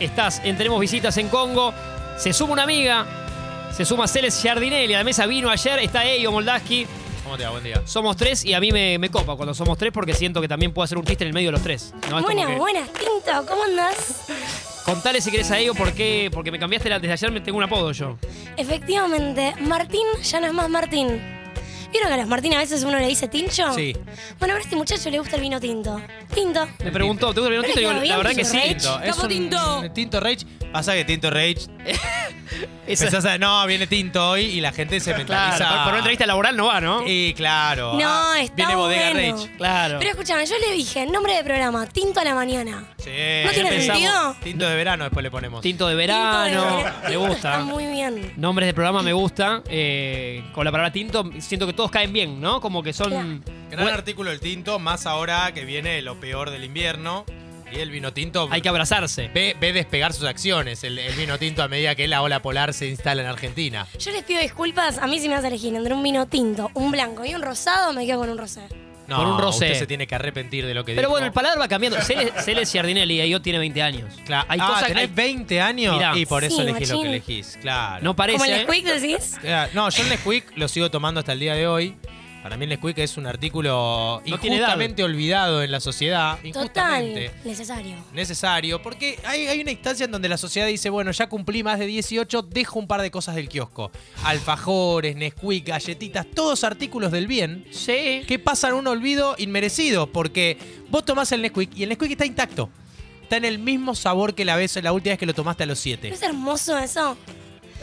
Estás en Tenemos Visitas en Congo. Se suma una amiga. Se suma Celes Giardinelli. A la mesa vino ayer. Está Eyo Moldaski. ¿Cómo te va? Buen día. Somos tres y a mí me, me copa cuando somos tres porque siento que también puedo hacer un chiste en el medio de los tres. ¿no? Es Ah, como Buenas, que- buenas, Tinto, ¿cómo andás? Contale si querés a Eyo por qué, porque me cambiaste la- desde ayer, me tengo un apodo yo. Efectivamente, Martín ya no es más Martín. ¿Vieron que a los Martín a veces uno le dice tincho? Sí. Bueno, ahora a este muchacho le gusta el vino tinto. Tinto. Me preguntó, ¿te gusta el vino tinto? Digo, Pero está la bien, verdad que sí. Rich. Tinto. Es Capo un- tinto. un Tinto Rage. Pasa que Tinto Rage. Esa- Pensás, a- no, viene Tinto hoy y la gente se claro, mentaliza. para para una entrevista laboral no va, ¿no? Y claro. No, ah, está Viene Bodega bueno. Rage. claro. Pero escúchame, yo le dije, nombre de programa, tinto a la mañana. Sí. ¿No tiene empezamos. sentido? Tinto de verano después le ponemos. Tinto de Tinto verano, de verano. me Tinto gusta. Está muy bien. Nombres de programa me gusta. eh, con la palabra tinto siento que todos caen bien, ¿no? Como que son... Gran artículo el tinto, más ahora que viene lo peor del invierno. Y el vino tinto Hay que abrazarse. ve, ve despegar sus acciones, el, el vino tinto a medida que la ola polar se instala en Argentina. Yo les pido disculpas, a mí si me vas a elegir entre un vino tinto, un blanco y un rosado, me quedo con un rosé. No, Con un rosé. usted se tiene que arrepentir de lo que dijo. Pero bueno, el paladar va cambiando. Celes, Celes Giardinelli, ahí yo tiene 20 años. Claro. Hay ah, cosas que tenés 20 años Mirá. y por eso Sí, elegís lo que machín. elegís. Claro. no parece. Como el ¿eh? Nesquik decís. Eh, No, yo el Nesquik lo sigo tomando hasta el día de hoy. Para mí el Nesquik es un artículo No tiene edad. injustamente olvidado en la sociedad. Total, Injustamente. necesario. Necesario, porque hay, hay una instancia en donde la sociedad dice, bueno, ya cumplí más de 18, dejo un par de cosas del kiosco. Alfajores, Nesquik, galletitas, todos artículos del bien Sí. que pasan un olvido inmerecido, porque vos tomás el Nesquik y el Nesquik está intacto. Está en el mismo sabor que la vez la última vez que lo tomaste a los 7. ¿No es hermoso eso?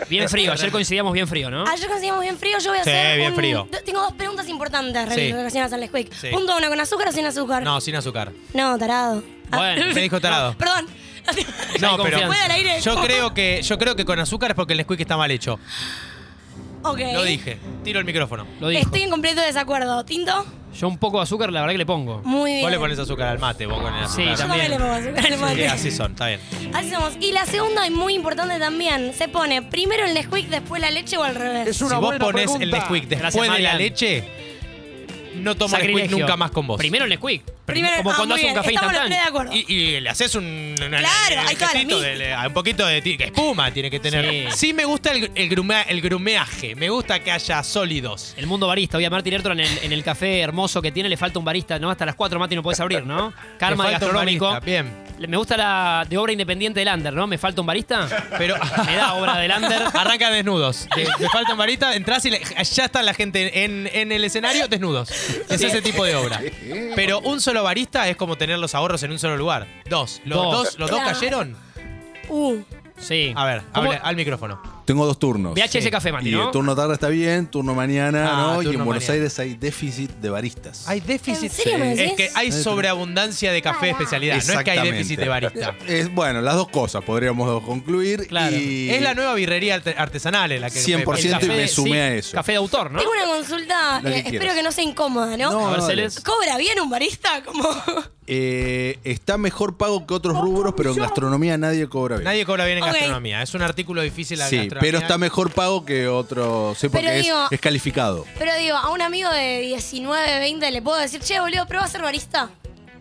Bien frío. Ayer coincidíamos bien frío, ¿no? Ayer conseguimos bien frío, yo voy a Sí, hacer. bien un- frío. do- Tengo dos preguntas importantes Sí. relacionadas al Nesquik. Sí. Punto uno, ¿con azúcar o sin azúcar? No, sin azúcar. No, tarado. Ah. Bueno, Me dijo tarado. Perdón. hay No, pero confianza. Fuera del aire. yo creo que yo creo que con azúcar es porque el Nesquik está mal hecho. Ok. Lo dije. Tiro el micrófono. Lo dijo. Estoy en completo desacuerdo. ¿Tinto? Yo un poco de azúcar, la verdad que le pongo. Muy bien. Vos le pones azúcar al mate, vos con el Sí, azúcar. Yo también le pongo azúcar al mate. Sí, así son, está bien. Así somos. Y la segunda, y muy importante también, se pone primero el Nesquik, después la leche o al revés. si vos ponés el Nesquik después Gracias, de la Marian. leche, no tomo Nesquik Sacrilegio. nunca más con vos. Primero el Nesquik. Primero Como ah, cuando muy hace un bien, café estamos los tres instantáneo. de acuerdo. Y, y le haces un. Claro, un- ahí está, un gestito la de- le- un poquito de. ti- que espuma tiene que tener. Sí. Sí, me gusta el, el, grumea- el grumeaje. Me gusta que haya sólidos. El mundo barista. Hoy a Martín Ertron en, en el café hermoso que tiene le falta un barista, ¿no? Hasta las 4 Mati no podés abrir, ¿no? Karma Me de falta un gastronómico. barista, Bien. Le- Me gusta la de obra independiente del Under, ¿no? ¿Me falta un barista? Pero. Me da obra del Under. Arranca desnudos. Te, te falta un barista, entras y le- ya está la gente en, en el escenario desnudos. Es ese tipo de obra. Pero un solo barista es como tener los ahorros en un solo lugar. Dos. ¿Los Dos. dos, los dos Claro. cayeron? Uh, Sí. A ver, ¿Cómo? hable al micrófono. Tengo dos turnos. VHS Café, Mati, Y ¿no? el turno tarde está bien, turno mañana, Ah, ¿no? y turno en Buenos mañana. Aires hay déficit de baristas. Hay ¿En déficit. serio me Es decís? que hay sobreabundancia de café de especialidad. No es que hay Exactamente. déficit de barista. Es, bueno, las dos cosas podríamos concluir. Claro. y- Es la nueva birrería arte- artesanal en la que 100% el y me sumé a eso. Café de autor, ¿no? Tengo una consulta, Lo que eh, espero quieras. que no sea incómoda, ¿no? A No, ver, no, Celes. ¿Cobra bien un barista? Como. eh, está mejor pago que otros rubros, pero en gastronomía nadie cobra bien. Nadie cobra bien en Ok. gastronomía. Es un artículo difícil la sí, gastronomía. pero está mejor pago que otro. Sí, porque Pero es, digo- es calificado. Pero digo, a un amigo de 19, 20 le puedo decir, che, boludo, prueba a ser barista.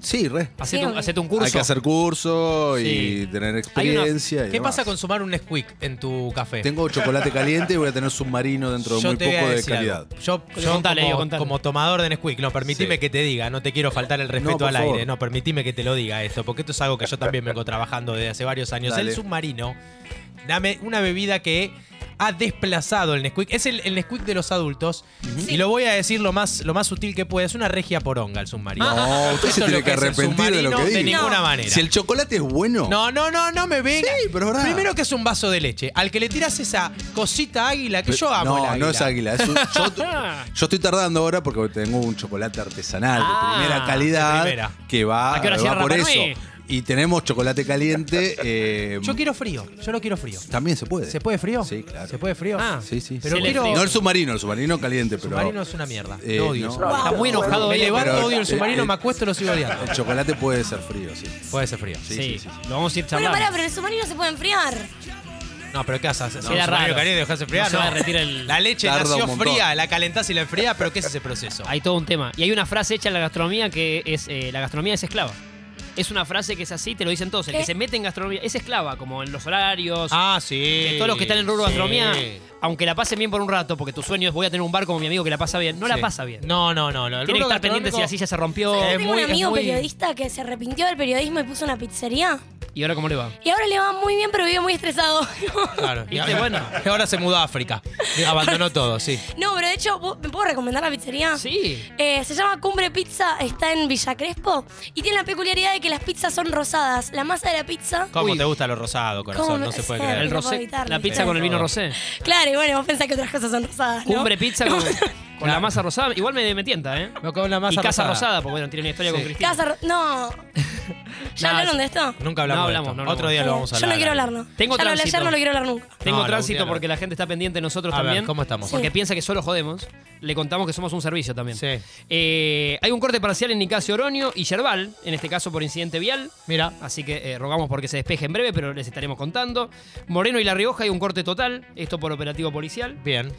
Sí, re. Hacete, un, Sí, hacete un curso. Hay que hacer curso Sí. y tener Hay una- experiencia. y ¿Qué demás. pasa con sumar un squeak en tu café? Tengo chocolate caliente y voy a tener submarino dentro de Yo muy te voy a poco de decir calidad. algo. Yo, Contale, yo como, Diego, contale. como tomador de Nesquik, no, permitime Sí. que te diga, no te quiero faltar el respeto por al favor. aire, no, permitime que te lo diga esto, porque esto es algo que yo también vengo trabajando desde hace varios años. Dale. El submarino, dame una bebida que ha desplazado el Nesquik, es el, el Nesquik de los adultos, y lo voy a decir lo más, lo más sutil que pueda, es una regia poronga el submarino. No, usted Esto se es tiene lo que es el arrepentir de lo que submarino, dice. De ninguna No. manera. Si el chocolate es bueno, No, no, no, no me venga. Sí, pero es verdad. Primero que es un vaso de leche. Al que le tiras esa cosita águila, que yo amo. eh, No, el águila. no es águila. es un- yo, yo estoy tardando ahora porque tengo un chocolate artesanal Ah, de primera calidad de primera. que va, ¿A qué hora va cierra por Rapa eso. Nui? Y tenemos chocolate caliente. eh, Yo quiero frío, yo lo quiero frío. También se puede. ¿Se puede frío? Sí, claro. ¿Se puede frío? Ah. Sí, sí. Pero se quiero- puede. No el submarino, el submarino caliente, El pero. submarino es una mierda. Eh, Lo odio. no. el submarino. Está muy enojado Me hoy. levanto, pero- odio el submarino, eh, me acuesto, lo sigo odiando. El chocolate puede ser frío, sí. Puede ser frío. Sí, Sí, sí, sí, sí, Lo vamos a ir Bueno, charlando. pará, pero el submarino se puede enfriar. No, pero ¿qué haces? No, Queda submarino raro. caliente, dejás enfriar, No se va a derretir el- La leche Tarda nació un montón. fría, la calentás y la enfriás, pero ¿qué es ese proceso? Hay todo un tema. Y hay una frase hecha en la gastronomía que es eh, la gastronomía es esclava. Es una frase que es así, te lo dicen todos. El que ¿Qué? se mete en gastronomía es esclava, como en los horarios. Ah, sí. que todos los que están en rubro sí. gastronomía, aunque la pasen bien por un rato, porque tu sueño es voy a tener un bar como mi amigo que la pasa bien, no la Sí. pasa bien. No, no, no. no, Tiene el que rubro estar pendiente si la silla se rompió. Sí. Yo es tengo un muy- es amigo muy- periodista que se arrepintió del periodismo y puso una pizzería. ¿Y ahora cómo le va? Y ahora le va muy bien, pero vive muy estresado. Claro. Y Viste, ahora, bueno. y ahora se mudó a África. Abandonó todo, sí. no, pero de hecho, ¿vos- ¿me puedo recomendar la pizzería? Sí. Eh, se llama Cumbre Pizza, está en Villa Crespo y tiene la peculiaridad de que las pizzas son rosadas. La masa de la pizza. ¿Cómo Uy. te gusta lo rosado, ¿Cómo corazón? me- No se puede sí. creer. El no puedo rosé- evitarlo, la pizza sí. con el vino rosé. Claro, y bueno, vos pensás que otras cosas son rosadas. ¿no? Cumbre pizza con, con la masa rosada. Igual me, me tienta, ¿eh? No, con la masa y casa rosada. rosada, porque bueno, tiene una historia Sí. con Cristina. Casa ro- No. ¿Ya Nah, hablaron de esto? Nunca hablamos, No hablamos, de esto. no hablamos. Otro día lo vamos a Yo hablar. no quiero hablar, ¿no? Tengo ya lo hablé tránsito. ayer, no lo quiero hablar nunca. Tengo No, algún día tránsito lo- porque la gente está pendiente de nosotros A ver, también. ¿cómo estamos? Porque Sí. piensa que solo jodemos. Le contamos que somos un servicio también. Sí. Eh, hay un corte parcial en Nicasio Oronio y Yerbal, en este caso por incidente vial. Mira. Así que eh, rogamos porque se despeje en breve, pero les estaremos contando. Moreno y La Rioja hay un corte total, esto por operativo policial. Bien.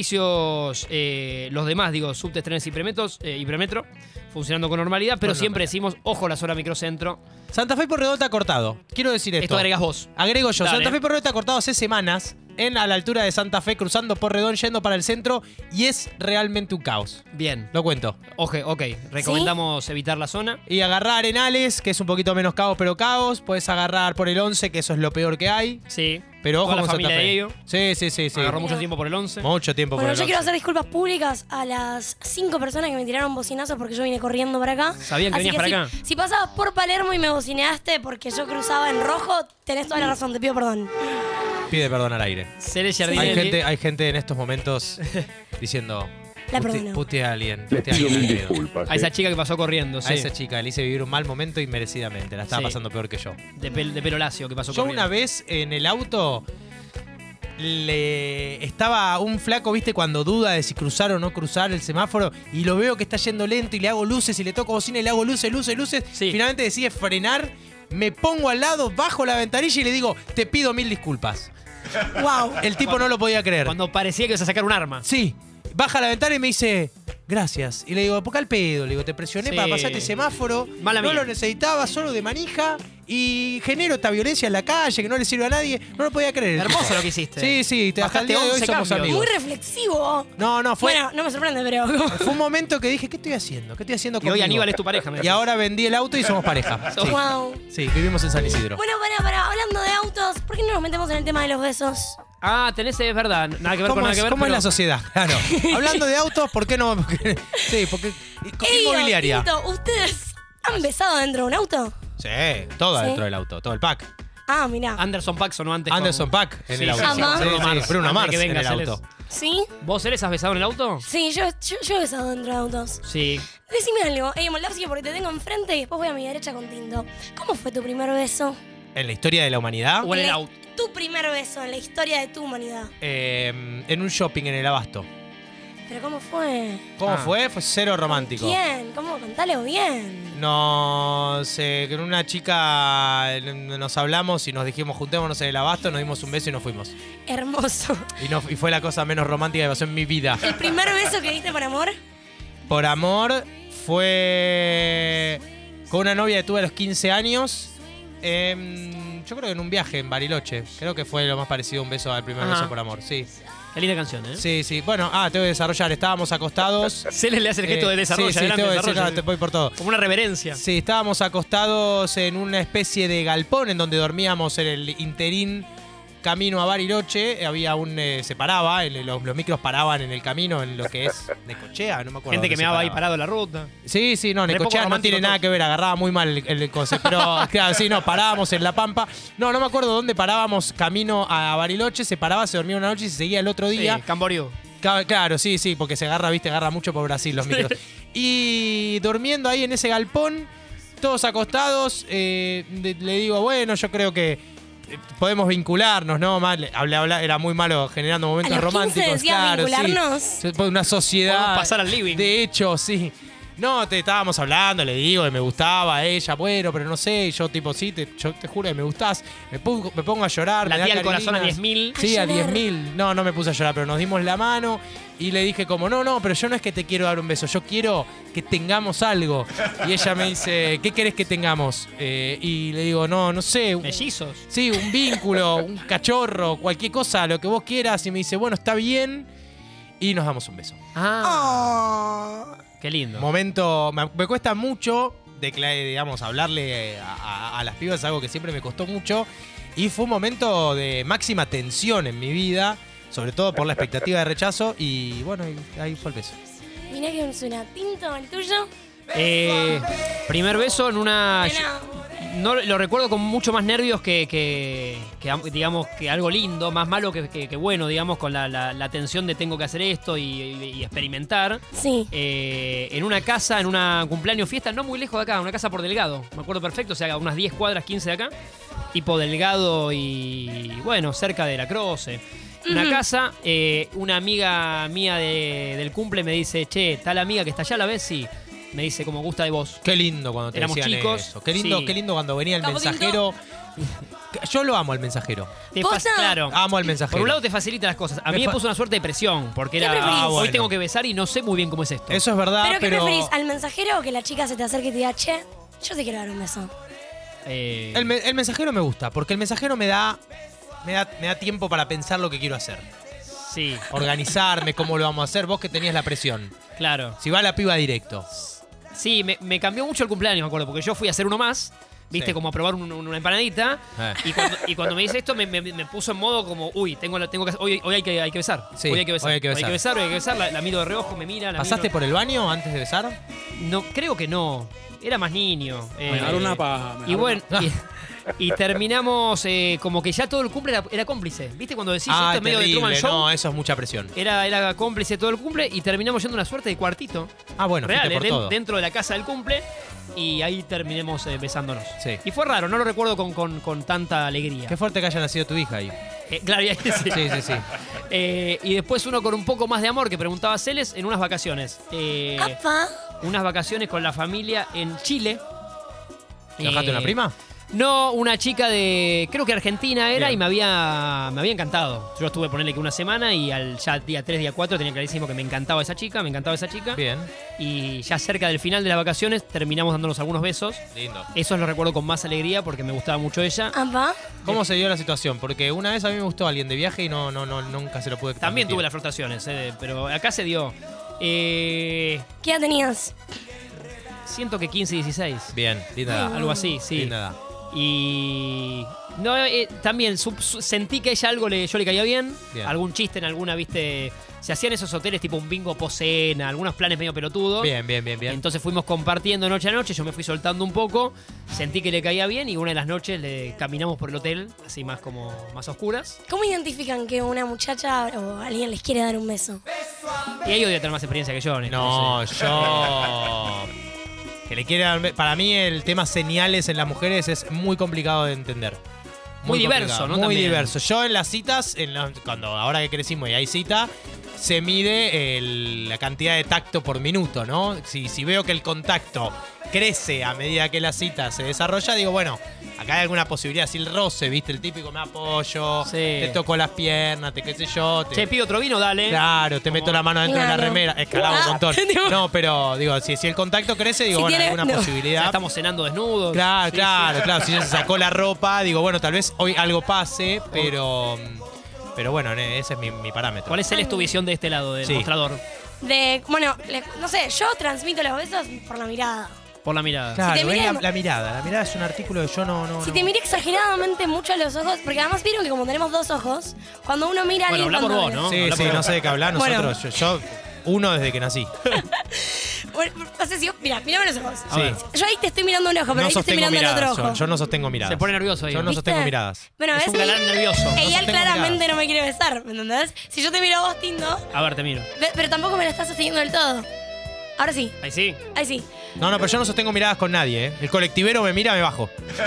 Servicios, eh, los demás, digo, subtes, trenes y premetros, eh, y premetro, funcionando con normalidad, pero Con siempre decimos, ojo la zona microcentro. Santa Fe por Redonda cortado. Quiero decir esto. Esto agregas vos. Agrego yo. Dale. Santa Fe por Redonda cortado hace semanas en a la altura de Santa Fe cruzando por Redón yendo para el centro y es realmente un caos. Bien. Lo cuento. Oje, ok. Recomendamos evitar la zona. Y agarrar Arenales, que es un poquito menos caos, pero caos. Puedes agarrar por el 11, que eso es lo peor que hay. Sí. Pero ojo Toda la con Santa familia Fe. de Diego. Sí, sí, sí, sí. Agarró mucho tiempo por el 11. Mucho tiempo Bueno, por el yo quiero 11. hacer disculpas públicas a las cinco personas que me tiraron bocinazos porque yo vine corriendo para acá. Sabían que Así venías para si- acá. Si pasabas por Palermo y me bocineaste porque yo cruzaba en rojo, tenés toda la razón, te pido perdón. Pide perdón al aire. Cele Hay Giardinelli. gente, hay gente en estos momentos diciendo. La "Pute- perdono. pute a alguien. Les pute a pido alguien mil al pedo". disculpas. A ¿eh? esa chica que pasó corriendo, sí. A esa chica le hice vivir un mal momento inmerecidamente. La estaba Sí. pasando peor que yo. De, pel- de pelo lacio que pasó Yo corriendo. una vez en el auto le estaba un flaco, viste, cuando duda de si cruzar o no cruzar el semáforo y lo veo que está yendo lento y le hago luces y le toco bocina y le hago luces, luces, luces. Sí. Finalmente decide frenar, me pongo al lado, bajo la ventanilla y le digo, te pido mil disculpas. Wow. El tipo no lo podía creer. Cuando parecía que ibas a sacar un arma. Sí, baja la ventana y me dice, gracias. Y le digo, ¿por qué al pedo? Le digo, te presioné Sí. para pasarte el semáforo. Mala no mía. lo necesitaba, solo de manija. Y genero esta violencia en la calle que no le sirve a nadie. No lo podía creer. Hermoso lo que hiciste. Sí, sí, te hasta el Bajaste día de hoy 11 somos cambios. amigos. Muy reflexivo. No, no, fue, Bueno, no me sorprende, pero. fue un momento que dije, ¿qué estoy haciendo? ¿Qué estoy Y haciendo hoy conmigo? Aníbal es tu pareja. me Y decís. ahora vendí el auto y somos pareja. Sí, Wow. Sí, vivimos en San Isidro. Bueno, para, para, hablando de autos, ¿por qué no nos metemos en el tema de los besos? Ah, tenés, es verdad. Nada que ver con ¿Cómo, nada es, que ver. cómo es pero- la sociedad? Claro. Hablando de autos, ¿por qué no? sí, porque. Ey, Inmobiliaria. Agustinto, ¿Ustedes han besado dentro de un auto? Sí, todo Sí. dentro del auto, todo el pack. Ah, mirá. Anderson Pack sonó antes. Anderson con- Pack en Sí, el auto. sí, sí, Amá. Bruno Sí, Mars. sí, Bruno Antes Mars que en venga el Celeste. auto. ¿Sí? ¿Vos, Ceres, has besado en el auto? Sí, yo, yo, yo he besado dentro de autos. Sí. Decime algo, Ey, Moldavsky, porque te tengo enfrente y después voy a mi derecha con Tinto. ¿Cómo fue tu primer beso? En la historia de la humanidad, O en el La- auto. Tu primer beso en la historia de tu humanidad. eh, en un shopping en el Abasto. ¿Pero cómo fue? ¿Cómo Ah. fue? Fue cero romántico. ¿Quién? ¿Cómo? Contalo bien. Nos. eh, con una chica eh, nos hablamos y nos dijimos juntémonos en el Abasto, nos dimos un beso y nos fuimos. Hermoso. Y, no- y fue la cosa menos romántica que pasó en mi vida. ¿El primer beso que diste por amor? Por amor fue con una novia que tuve a los 15 años. em, yo creo que en un viaje en Bariloche. Creo que fue lo más parecido a un beso al primer Ajá. beso por amor. Sí. Qué linda canción, ¿eh? Sí, sí. Bueno, ah, tengo que desarrollar. Estábamos acostados. Celes le hace el gesto Eh, de desarrollo. sí, sí, adelante, tengo que desarrollo. decir, ¿eh? claro, te voy por todo. Como una reverencia. Sí, estábamos acostados en una especie de galpón en donde dormíamos en el interín camino a Bariloche. Había un. eh, se paraba, el- los, los micros paraban en el camino, en lo que es Necochea, no me acuerdo. Gente que me dónde se daba ahí paraba. parado en la ruta. Sí, sí, no, Re poco Necochea no romántico tiene nada todo. que ver, agarraba muy mal el, el concepto. Pero, claro, sí, no, parábamos en La Pampa. No, no me acuerdo dónde parábamos camino a Bariloche, se paraba, se dormía una noche y se seguía el otro Sí, día. Camboriú. Ca- Claro, sí, sí, porque se agarra, viste, agarra mucho por Brasil los micros. Y durmiendo ahí en ese galpón, todos acostados, eh, de- le digo, bueno, yo creo que eh, podemos vincularnos, ¿no? Mal, habla- habla- era muy malo generando momentos los 15 románticos. decías claro, sí. vincularnos. Se- Una sociedad. Podemos pasar al living. De hecho, sí. No, te estábamos hablando, le digo, que me gustaba ella, bueno, pero no sé. Y yo, tipo, sí, te, yo te juro que me gustás. Me pongo, me pongo a llorar. me La da tía al corazón a carilinas. 10.000. Sí, A a llorar. 10.000. No, no me puse a llorar, pero nos dimos la mano y le dije como, no, no, pero yo no es que te quiero dar un beso, yo quiero que tengamos algo. Y ella me dice, ¿qué querés que tengamos? Eh, y le digo, no, no sé. un- Mellizos. Sí, un vínculo, un cachorro, cualquier cosa, lo que vos quieras. Y me dice, bueno, está bien. Y nos damos un beso. Ah. Qué lindo. Momento, me, me cuesta mucho, decla- digamos, hablarle a, a- a las pibas, algo que siempre me costó mucho. Y fue un momento de máxima tensión en mi vida, sobre todo por la expectativa de rechazo. Y bueno, ahí, ahí fue el beso. Mirá que suena tinto el tuyo. Eh, primer beso en una. Nena, No lo recuerdo con mucho más nervios que, que- que, am- digamos que algo lindo, más malo que, que- que bueno, digamos, con la, la- la tensión de tengo que hacer esto y, y- y experimentar. Sí. Eh, en una casa, en una cumpleaños fiesta, no muy lejos de acá, una casa por Delgado, me acuerdo perfecto, o sea, a unas 10 cuadras, 15 de acá, tipo Delgado y bueno, cerca de la Croce. Una casa, eh, una amiga mía de- del cumple me dice, che, tal amiga que está allá, ¿la ves? Sí. Me dice, como gusta de vos. Qué lindo cuando te Éramos decían chicos, eso. Qué lindo, sí. qué lindo cuando venía el Capo mensajero. Yo lo amo al mensajero. Te pas- ¿Posta? claro. Amo al mensajero. Por un lado te facilita las cosas. A mí Me me, fa- puso una suerte de presión, porque ¿Qué era, preferís? "Ah, hoy bueno. tengo que besar y no sé muy bien cómo es esto. Eso es verdad, ¿Pero pero. qué preferís? ¿Al mensajero o que la chica se te acerque y te diga, che, yo te quiero dar un beso? Eh, El, me- el mensajero me gusta, porque el mensajero me da, me da, me da tiempo para pensar lo que quiero hacer. sí, Organizarme, cómo lo vamos a hacer. Vos que tenías la presión. claro. Si va la piba directo. Sí, me, me cambió mucho el cumpleaños, me acuerdo, porque yo fui a hacer uno más, viste, Sí. como a probar un- un- una empanadita. Eh. Y, cuando, y cuando me dice esto, me, me- me puso en modo como, uy, tengo, la- tengo que, hoy, hoy hay que, hay que besar. Sí, hoy hay que besar. hoy hay que Hoy hay que besar. besar, hoy hay que besar. La, la miro de reojo, me mira. La ¿Pasaste miro. por el baño antes de besar? No, creo que no. Era más niño. eh, agarró una paja, me Y agarró bueno, y, y terminamos eh, como que ya todo el cumple era, era cómplice. ¿Viste cuando decís esto es medio de Truman Show? Ah, no, eso es mucha presión. Era, era cómplice todo el cumple y terminamos yendo a una suerte de cuartito. Ah, bueno, real, fuiste por eh, den- todo. dentro de la casa del cumple. Y ahí terminemos eh, besándonos. Sí. Y fue raro, no lo recuerdo con, con- con tanta alegría. Qué fuerte que haya nacido tu hija ahí. Eh, claro, y ahí sí. Sí, sí, sí. Eh, y después uno con un poco más de amor que preguntaba Celes en unas vacaciones. Eh, ¿Apa? unas vacaciones con la familia en Chile. ¿Te bajaste Eh, una prima? No, una chica de. Creo que Argentina era Bien. y me había, me había encantado. Yo estuve ponerle que una semana y al ya día 3, día 4 tenía clarísimo que me encantaba esa chica, me encantaba esa chica. Bien. Y ya cerca del final de las vacaciones terminamos dándonos algunos besos. Lindo. Eso lo recuerdo con más alegría porque me gustaba mucho ella. ¿Apa? ¿Cómo se dio la situación? Porque una vez a mí me gustó alguien de viaje y no, no, no, nunca se lo pude También tuve las transmitir. frustraciones, eh, pero acá se dio. Eh, ¿Qué edad tenías? siento que 15, 16. Bien, linda edad. Algo así, sí. Linda edad. Y no, eh, también su- su- sentí que a ella algo le, yo le caía bien, Bien. algún chiste en alguna, viste, se hacían esos hoteles tipo un bingo posena, algunos planes medio pelotudos. Bien, bien, bien, bien. Entonces fuimos compartiendo noche a noche, yo me fui soltando un poco, sentí que le caía bien y una de las noches le caminamos por el hotel, así más como más oscuras. ¿Cómo identifican que una muchacha o alguien les quiere dar un beso? Y ahí debía tener más experiencia que yo. en esto, No, sé. yo. Que le quiera. Para mí, el tema señales en las mujeres es muy complicado de entender. Muy diverso, complicado, ¿no? Muy También. diverso. Yo en las citas, en la- cuando ahora que crecimos y hay cita, se mide el- la cantidad de tacto por minuto, ¿no? Si, si veo que el contacto crece a medida que la cita se desarrolla, digo, bueno, acá hay alguna posibilidad. Si el roce, ¿viste? El típico me apoyo, Sí. te toco las piernas, te qué sé yo. Te, Che, pido otro vino, dale. Claro, te meto la mano dentro de la Claro. Ah, remera. Escalamos un montón. No, pero digo, si, si el contacto crece, digo, Si bueno, hay tiene- alguna no. O sea, posibilidad. estamos cenando desnudos. Claro, Sí, claro, sí. claro. Si ya se sacó la ropa, digo, bueno, tal vez hoy algo pase, pero. Pero bueno, ne- ese es mi, mi parámetro. ¿Cuál es, el tu visión de este lado del Sí. mostrador? De, bueno, les- no sé, yo transmito los besos por la mirada. Por la mirada. Claro, Si te es la, miran- la mirada. La mirada es un artículo de yo no. no, Si no. te miré exageradamente mucho a los ojos, porque además vieron que como tenemos dos ojos, cuando uno mira a Bueno, alguien... hablá por cuando vos, habla- ¿no? Sí, Habla sí, por- no sé de qué hablar Bueno. nosotros. Yo, yo- uno desde que nací. Bueno, no sé si vos- mirá, mirame los ojos. A ver. Yo ahí te estoy mirando un ojo, pero No ahí te estoy sostengo mirando el otro miradas. ojo. Yo, yo no sostengo miradas. Se pone nervioso ahí. Yo no ¿Viste? sostengo miradas. Bueno, es ves un galán nervioso. No Ella sostengo claramente miradas. no me quiere besar, ¿me entendés? Si yo te miro a vos, Tindo, A ver, te miro. ve- pero tampoco me la estás sosteniendo del todo. Ahora sí. Ahí sí. Ahí sí. No, no, pero yo no sostengo miradas con nadie, ¿eh? El colectivero me mira, me bajo. Se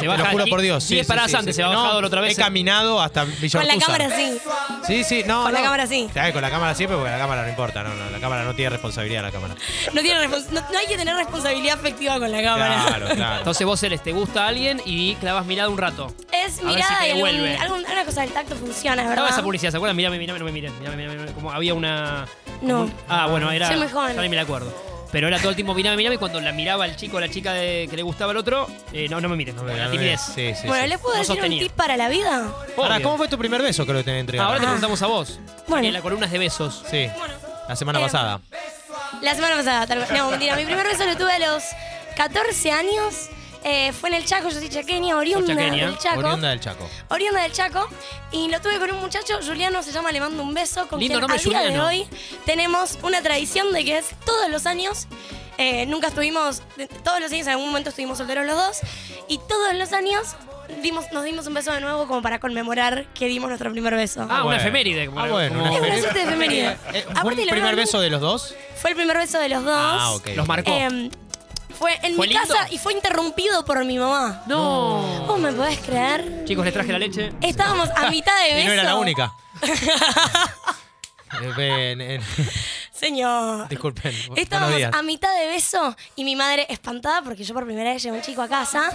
Te lo juro y- por Dios. Diez paradas antes, se va No, bajado la otra vez. eh. He caminado hasta Villa Con la Urquiza. cámara sí. Sí, sí, no. Con la no. cámara sí. Ay, con la cámara siempre, porque la cámara no importa, no, no, la cámara no tiene responsabilidad la cámara. No, tiene respons- no, no hay que tener responsabilidad afectiva con la cámara. Claro, claro. Entonces vos, Celeste, te gusta a alguien y clavas mirada un rato. A Es ver si mirada te y algún, devuelve. algún- alguna cosa del tacto funciona, ¿verdad? Estaba esa publicidad, ¿se acuerdan? Mirame, mirame, no me miren. Mirame, mirame, mirame. Como había una. No. Ah, bueno, era. Soy muy joven. Ya ni me la acuerdo. Pero era todo el tiempo mirame, mirame. Y cuando la miraba el chico o la chica de- que le gustaba el otro, eh, no, no me mires. la timidez. Sí, sí, bueno, sí. ¿les puedo No decir sostenía. un tip para la vida? Ahora, Obvio. ¿cómo fue tu primer beso? Creo que te Ah, entregaron. Ahora te preguntamos a vos. Bueno. En la columna es de besos. Sí, Bueno, la semana Eh, pasada. la semana pasada. tal vez. No, mentira. Mi primer beso lo tuve a los 14 años. Eh, fue en el Chaco. Yo soy chaqueña, oriunda chaqueña, del Chaco. Oriunda del Chaco. Ah, Ah, oriunda del Chaco y lo tuve con un muchacho, Juliano se llama, le mando un beso, con Lindo quien nombre, a día Juliano. de hoy tenemos una tradición de que es todos los años, eh, nunca estuvimos, de- todos los años en algún momento estuvimos solteros los dos y todos los años dimos, nos dimos un beso de nuevo como para conmemorar que dimos nuestro primer beso. Ah, una bueno. efeméride. como- Ah, bueno, como- una es una efeméride. suerte de efeméride. Eh, ¿Fue Aparte, el la primer verdad, beso de los dos? Fue el primer beso de los dos. Ah, ok. Los marcó. Em, fue en ¿Fue mi lindo? casa y fue interrumpido por mi mamá. no. ¿Vos me podés creer? Chicos, les traje la leche. Estábamos a mitad de beso. Y no era la única. Eh, ven, en- Señor. disculpen. bu- Buenos Estábamos días. a mitad de beso y mi madre, espantada porque yo por primera vez llevo un chico a casa,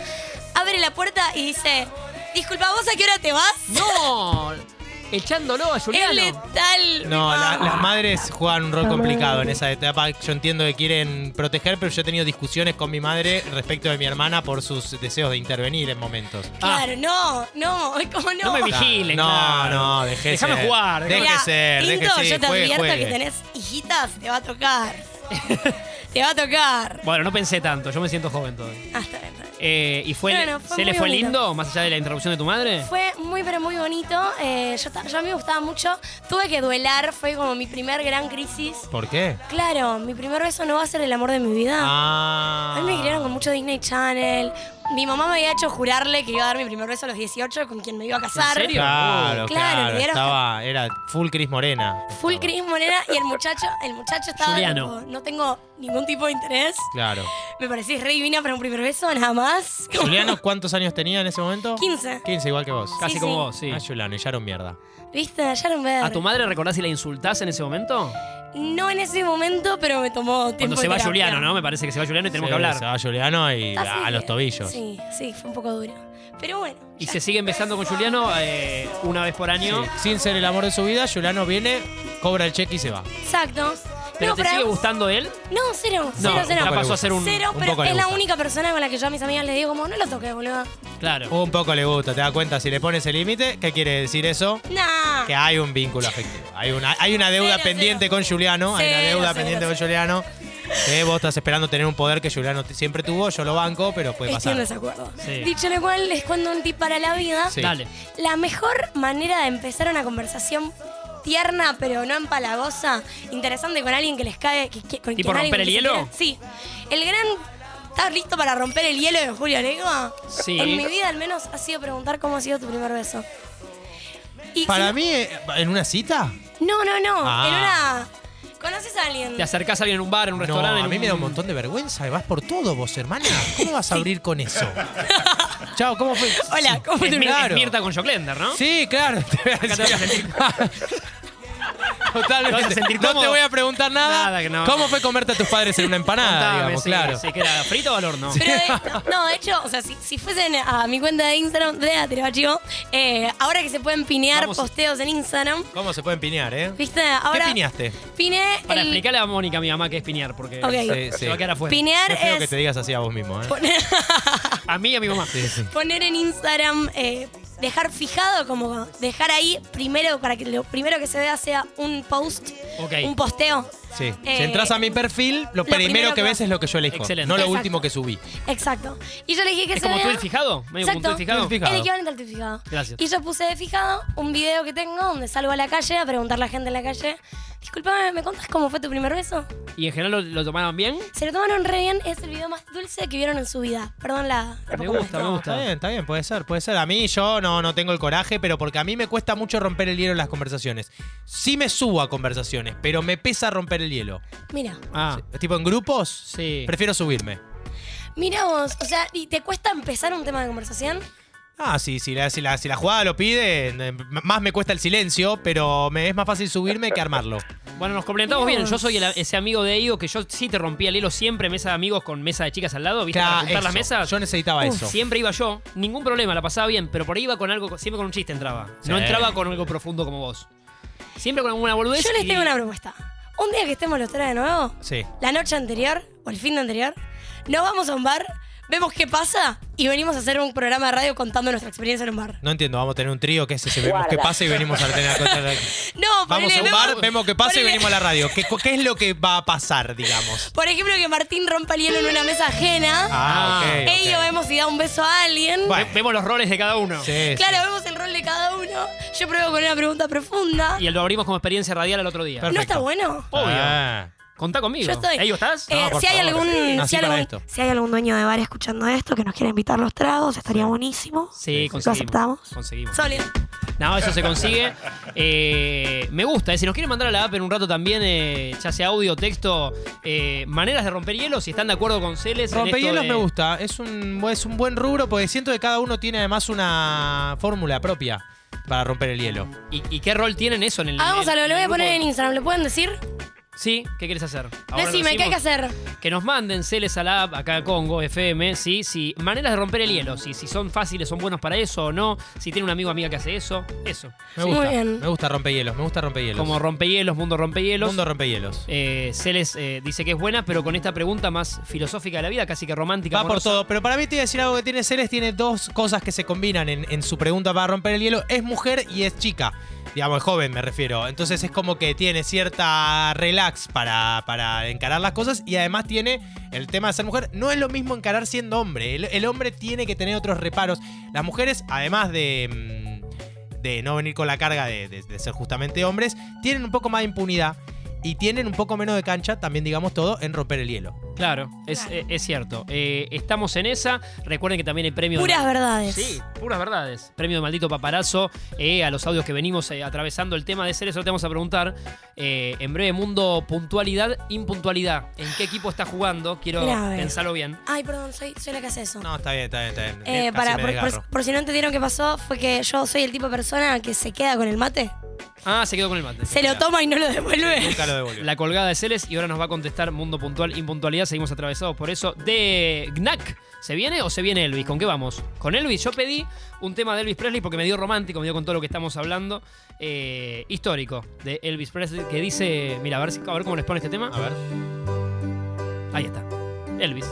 abre la puerta y dice: Disculpa, ¿vos a qué hora te vas? ¡No! Echándolo a Juliano. Es letal. No, la- Ah. las madres juegan un rol complicado en esa etapa. Yo entiendo que quieren proteger, pero yo he tenido discusiones con mi madre respecto de mi hermana por sus deseos de intervenir en momentos. Claro, no, no, ¿cómo no? No me Mirá, vigilen. ah. No, claro. no, dejé Déjame ser. jugar. Deje déjame- ser, deje Tinto, ser, yo te juegue, advierto juegue. que tenés hijitas, te va a tocar. te va a tocar. Bueno, no pensé tanto. Yo me siento joven todavía. Ah, está bien, está bien. Eh, ¿Y fue, Bueno, fue se muy le fue bonito. lindo, más allá de la interrupción de tu madre? Fue muy, pero muy bonito. eh, yo, ta- yo a mí me gustaba mucho. Tuve que duelar, fue como mi primer gran crisis. ¿Por qué? Ah. Claro, mi primer beso no va a ser el amor de mi vida. Ah. A mí me criaron con mucho Disney Channel. Mi mamá me había hecho jurarle que iba a dar mi primer beso a los 18 con quien me iba a casar. ¿En serio? Claro, Claro, claro. vieron- Estaba, era full Cris Morena. Full Cris Morena y el muchacho, el muchacho estaba Juliano. tipo, no tengo ningún tipo de interés. Claro. Me parecís re divina para un primer beso, nada más. Como Juliano, ¿cuántos años tenía en ese momento? 15. 15, igual que vos. Casi sí, como sí. vos, sí. Ah, Juliano, y ya era un mierda. ¿Viste? Ya no me ¿A tu madre recordás si la insultás en ese momento? No en ese momento, pero me tomó tiempo. Cuando se de va terapia. Juliano, ¿no? Me parece que se va Juliano y tenemos Sí, que hablar. Se va Juliano y Así a, a los que- tobillos. Sí, sí, fue un poco duro. Pero bueno. Y ya. se siguen besando con Juliano eh, una vez por año. Sí, Sin ser el amor de su vida, Juliano viene, cobra el cheque y se va. Exacto. ¿Pero No, te pero- sigue gustando él? No, cero, cero, no, cero. ya le pasó gusta. a ser un... Cero, un pero poco le es la gusta. única persona con la que yo a mis amigas les digo como, no lo toques, boludo. Claro. Un poco le gusta, te das cuenta, si le pones el límite, ¿qué quiere decir eso? Nah. Que hay un vínculo afectivo. Hay una, hay una deuda Cero, pendiente cero. con Juliano. hay una Cero, deuda cero, pendiente cero. con Juliano. que vos estás esperando tener un poder que Juliano t- siempre tuvo, yo lo banco, pero puede Estoy en pasar. desacuerdo. Sí. Dicho lo cual, les cuento un tip para la vida. Sí. Dale. La mejor manera de empezar una conversación tierna, pero no empalagosa, interesante con alguien que les cae... que- que- con ¿Tipo quien alguien romper el que se hielo? quiera- Sí. El gran... ¿Estás listo para romper el hielo de Julio Lengua? Sí. En mi vida al menos ha sido preguntar cómo ha sido tu primer beso. Y Para si- mí, eh, ¿en una cita? No, no, no. Ah. En una... ¿Conoces a alguien? Te acercás a alguien en un bar, en un No, restaurante. a en mí me da un montón de vergüenza. Vas por todo vos, hermana. ¿Cómo vas a abrir con eso? Chao, ¿cómo fue? Hola, ¿cómo Es te Mir- es Claro. Mirta con Joclender, ¿no? Sí, claro. te voy a Acá te vas a sentir- Totalmente. Te vas a sentir no te cómodo. voy a preguntar nada. Nada, que no. ¿Cómo fue comerte a tus padres en una empanada? Contame, digamos, sí, claro. sí, que era frito o al horno. Pero de- no, de hecho, o sea, si, si fuesen a mi cuenta de Instagram de Aterobachivo, eh, ahora que se pueden pinear Vamos. posteos en Instagram, ¿Cómo se pueden pinear, eh? ¿viste? Ahora ¿Qué pineaste? Pineé Para el- explicarle a Mónica, mi mamá, que es piñar, porque Ok. se, Sí, se va a sí. quedar afuera. pinear Qué feo es que te digas así a vos mismo, ¿eh? poner, A mí y a mi mamá. Sí, sí. poner en Instagram, eh, dejar fijado, como dejar ahí primero, para que lo primero que se vea sea un post, Ok. un posteo. Sí. Eh, si entras a mi perfil, lo, primero, primero que que ves va- es lo que yo elijo. Excelente. No lo Exacto. último que subí. Exacto. Y yo le dije que Es se como tú vea- el fijado, medio como Exacto. tú el fijado. Tú el fijado. El equivalente al tipificado. Gracias. Y yo puse de fijado un video que tengo donde salgo a la calle a preguntarle a la gente en la calle Disculpame, ¿me contás cómo fue tu primer beso? ¿Y en general lo, lo tomaron bien? Se lo tomaron re bien, es el video más dulce que vieron en su vida. Perdón la. la Me poco gusta, honesta. me Está gusta. bien, está bien, puede ser, puede ser. A mí yo no, no tengo el coraje, pero porque a mí me cuesta mucho romper el hielo en las conversaciones. Sí me subo a conversaciones, pero me pesa romper el hielo. Mira, Ah, Tipo en grupos, Sí. prefiero subirme. mira vos, o sea, ¿y te cuesta empezar un tema de conversación? Ah, sí, si la, si la, si la jugada lo pide, eh, m- más me cuesta el silencio, pero me es más fácil subirme que armarlo. bueno, nos complementamos Dios. bien. Yo soy el- ese amigo de Ido que yo sí te rompía el hilo siempre, mesa de amigos con mesa de chicas al lado, ¿viste? para Claro, juntar las eso. mesas. Yo necesitaba eso. Siempre iba yo, ningún problema, la pasaba bien, pero por ahí iba con algo, siempre con un chiste entraba. No Sí. entraba con algo profundo como vos. Siempre con alguna boludez. Yo les y- tengo una propuesta. Un día que estemos los tres de nuevo, Sí. la noche anterior o el fin de anterior, nos vamos a un bar, vemos qué pasa y venimos a hacer un programa de radio contando nuestra experiencia en un bar. No entiendo, vamos a tener un trío, qué es ese, vemos qué pasa y venimos a tener... No, Vamos ponele, a un bar, vemos- vemos qué pasa y ponele- venimos a la radio. ¿Qué, co- qué es lo que va a pasar, digamos? Por ejemplo, que Martín rompa el hielo en una mesa ajena. Ah, ok. ok. Ellos vemos si da un beso a alguien. Ve- Vemos los roles de cada uno. Sí, sí. Claro, vemos el rol de cada uno. Yo pruebo con una pregunta profunda. Y lo abrimos como experiencia radial al otro día. Perfecto. ¿No está bueno? Obvio. Ah. Contá conmigo. Yo estoy. Ey, ¿vos estás? Eh, No, por si, hay favor. algún, Nací si, hay para algún- esto. si hay algún dueño de bar escuchando esto que nos quiera invitar los tragos, estaría buenísimo. Sí, ¿Lo conseguimos. aceptamos? Conseguimos. Sólido. No, eso se consigue. Eh, me gusta. eh. Si nos quieren mandar a la app en un rato también, eh, ya sea audio, texto, eh, maneras de romper hielos, si están de acuerdo con Celes. en esto Rompehielos de- me gusta, es un, bu- es un buen rubro porque siento que cada uno tiene además una fórmula propia para romper el hielo. ¿Y, y qué rol tienen eso en el. Hagamos en- algo, en lo el voy ah, a poner grupo? en Instagram. ¿Lo pueden decir? Sí, ¿qué quieres hacer? Ahora lo Decime, ¿qué hay que decimos. hacer? Que nos manden Celes a la app, acá a Congo, FM, sí, sí. Maneras de romper el hielo, sí, si son fáciles, son buenos para eso o no, si tiene un amigo o amiga que hace eso, eso. Me Sí. gusta, Muy bien. me gusta rompehielos, me gusta rompehielos. Como rompehielos, mundo rompehielos. Mundo rompehielos. Eh, Celes eh, dice que es buena, pero con esta pregunta más filosófica de la vida, casi que romántica. Va por amorosa. todo, pero para mí te voy a decir algo que tiene Celes, tiene dos cosas que se combinan en, en su pregunta para romper el hielo. Es mujer y es chica, digamos, es joven me refiero. Entonces es como que tiene cierta relax para, para encarar las cosas y además tiene el tema de ser mujer. No es lo mismo encarar siendo hombre, el, el hombre tiene que tener otros reparos. Las mujeres, además de... mm, de no venir con la carga de- de- de ser justamente hombres, tienen un poco más de impunidad y tienen un poco menos de cancha, también digamos todo, en romper el hielo. Claro, es, Claro. eh, es cierto. Eh, estamos en esa. Recuerden que también el premio. Puras verdades. Sí, puras verdades. Premio de maldito paparazo eh, a los audios que venimos eh, atravesando el tema de seres. Ahora te vamos a preguntar eh, en breve mundo puntualidad, impuntualidad. ¿En qué equipo está jugando? Quiero Mirá, a ver. pensarlo bien. Ay, perdón, soy, soy la que hace eso. No, está bien, está bien, está bien. Eh, Casi para, por, me por- desgarro. por si no entendieron qué pasó, fue que yo soy el tipo de persona que se queda con el mate, Ah, se quedó con el mate. se lo toma y no lo devuelve. Nunca lo devolvió. La colgada de Celes y ahora nos va a contestar mundo puntual, impuntualidad. Seguimos atravesados por eso. De Gnac, ¿se viene o se viene Elvis? ¿Con qué vamos? Con Elvis, yo pedí un tema de Elvis Presley porque me dio romántico, me dio con todo lo que estamos hablando. eh, histórico de Elvis Presley Ah. que dice. Mira, a ver, si- a ver cómo les pone este tema. A ver. Ahí está. Elvis.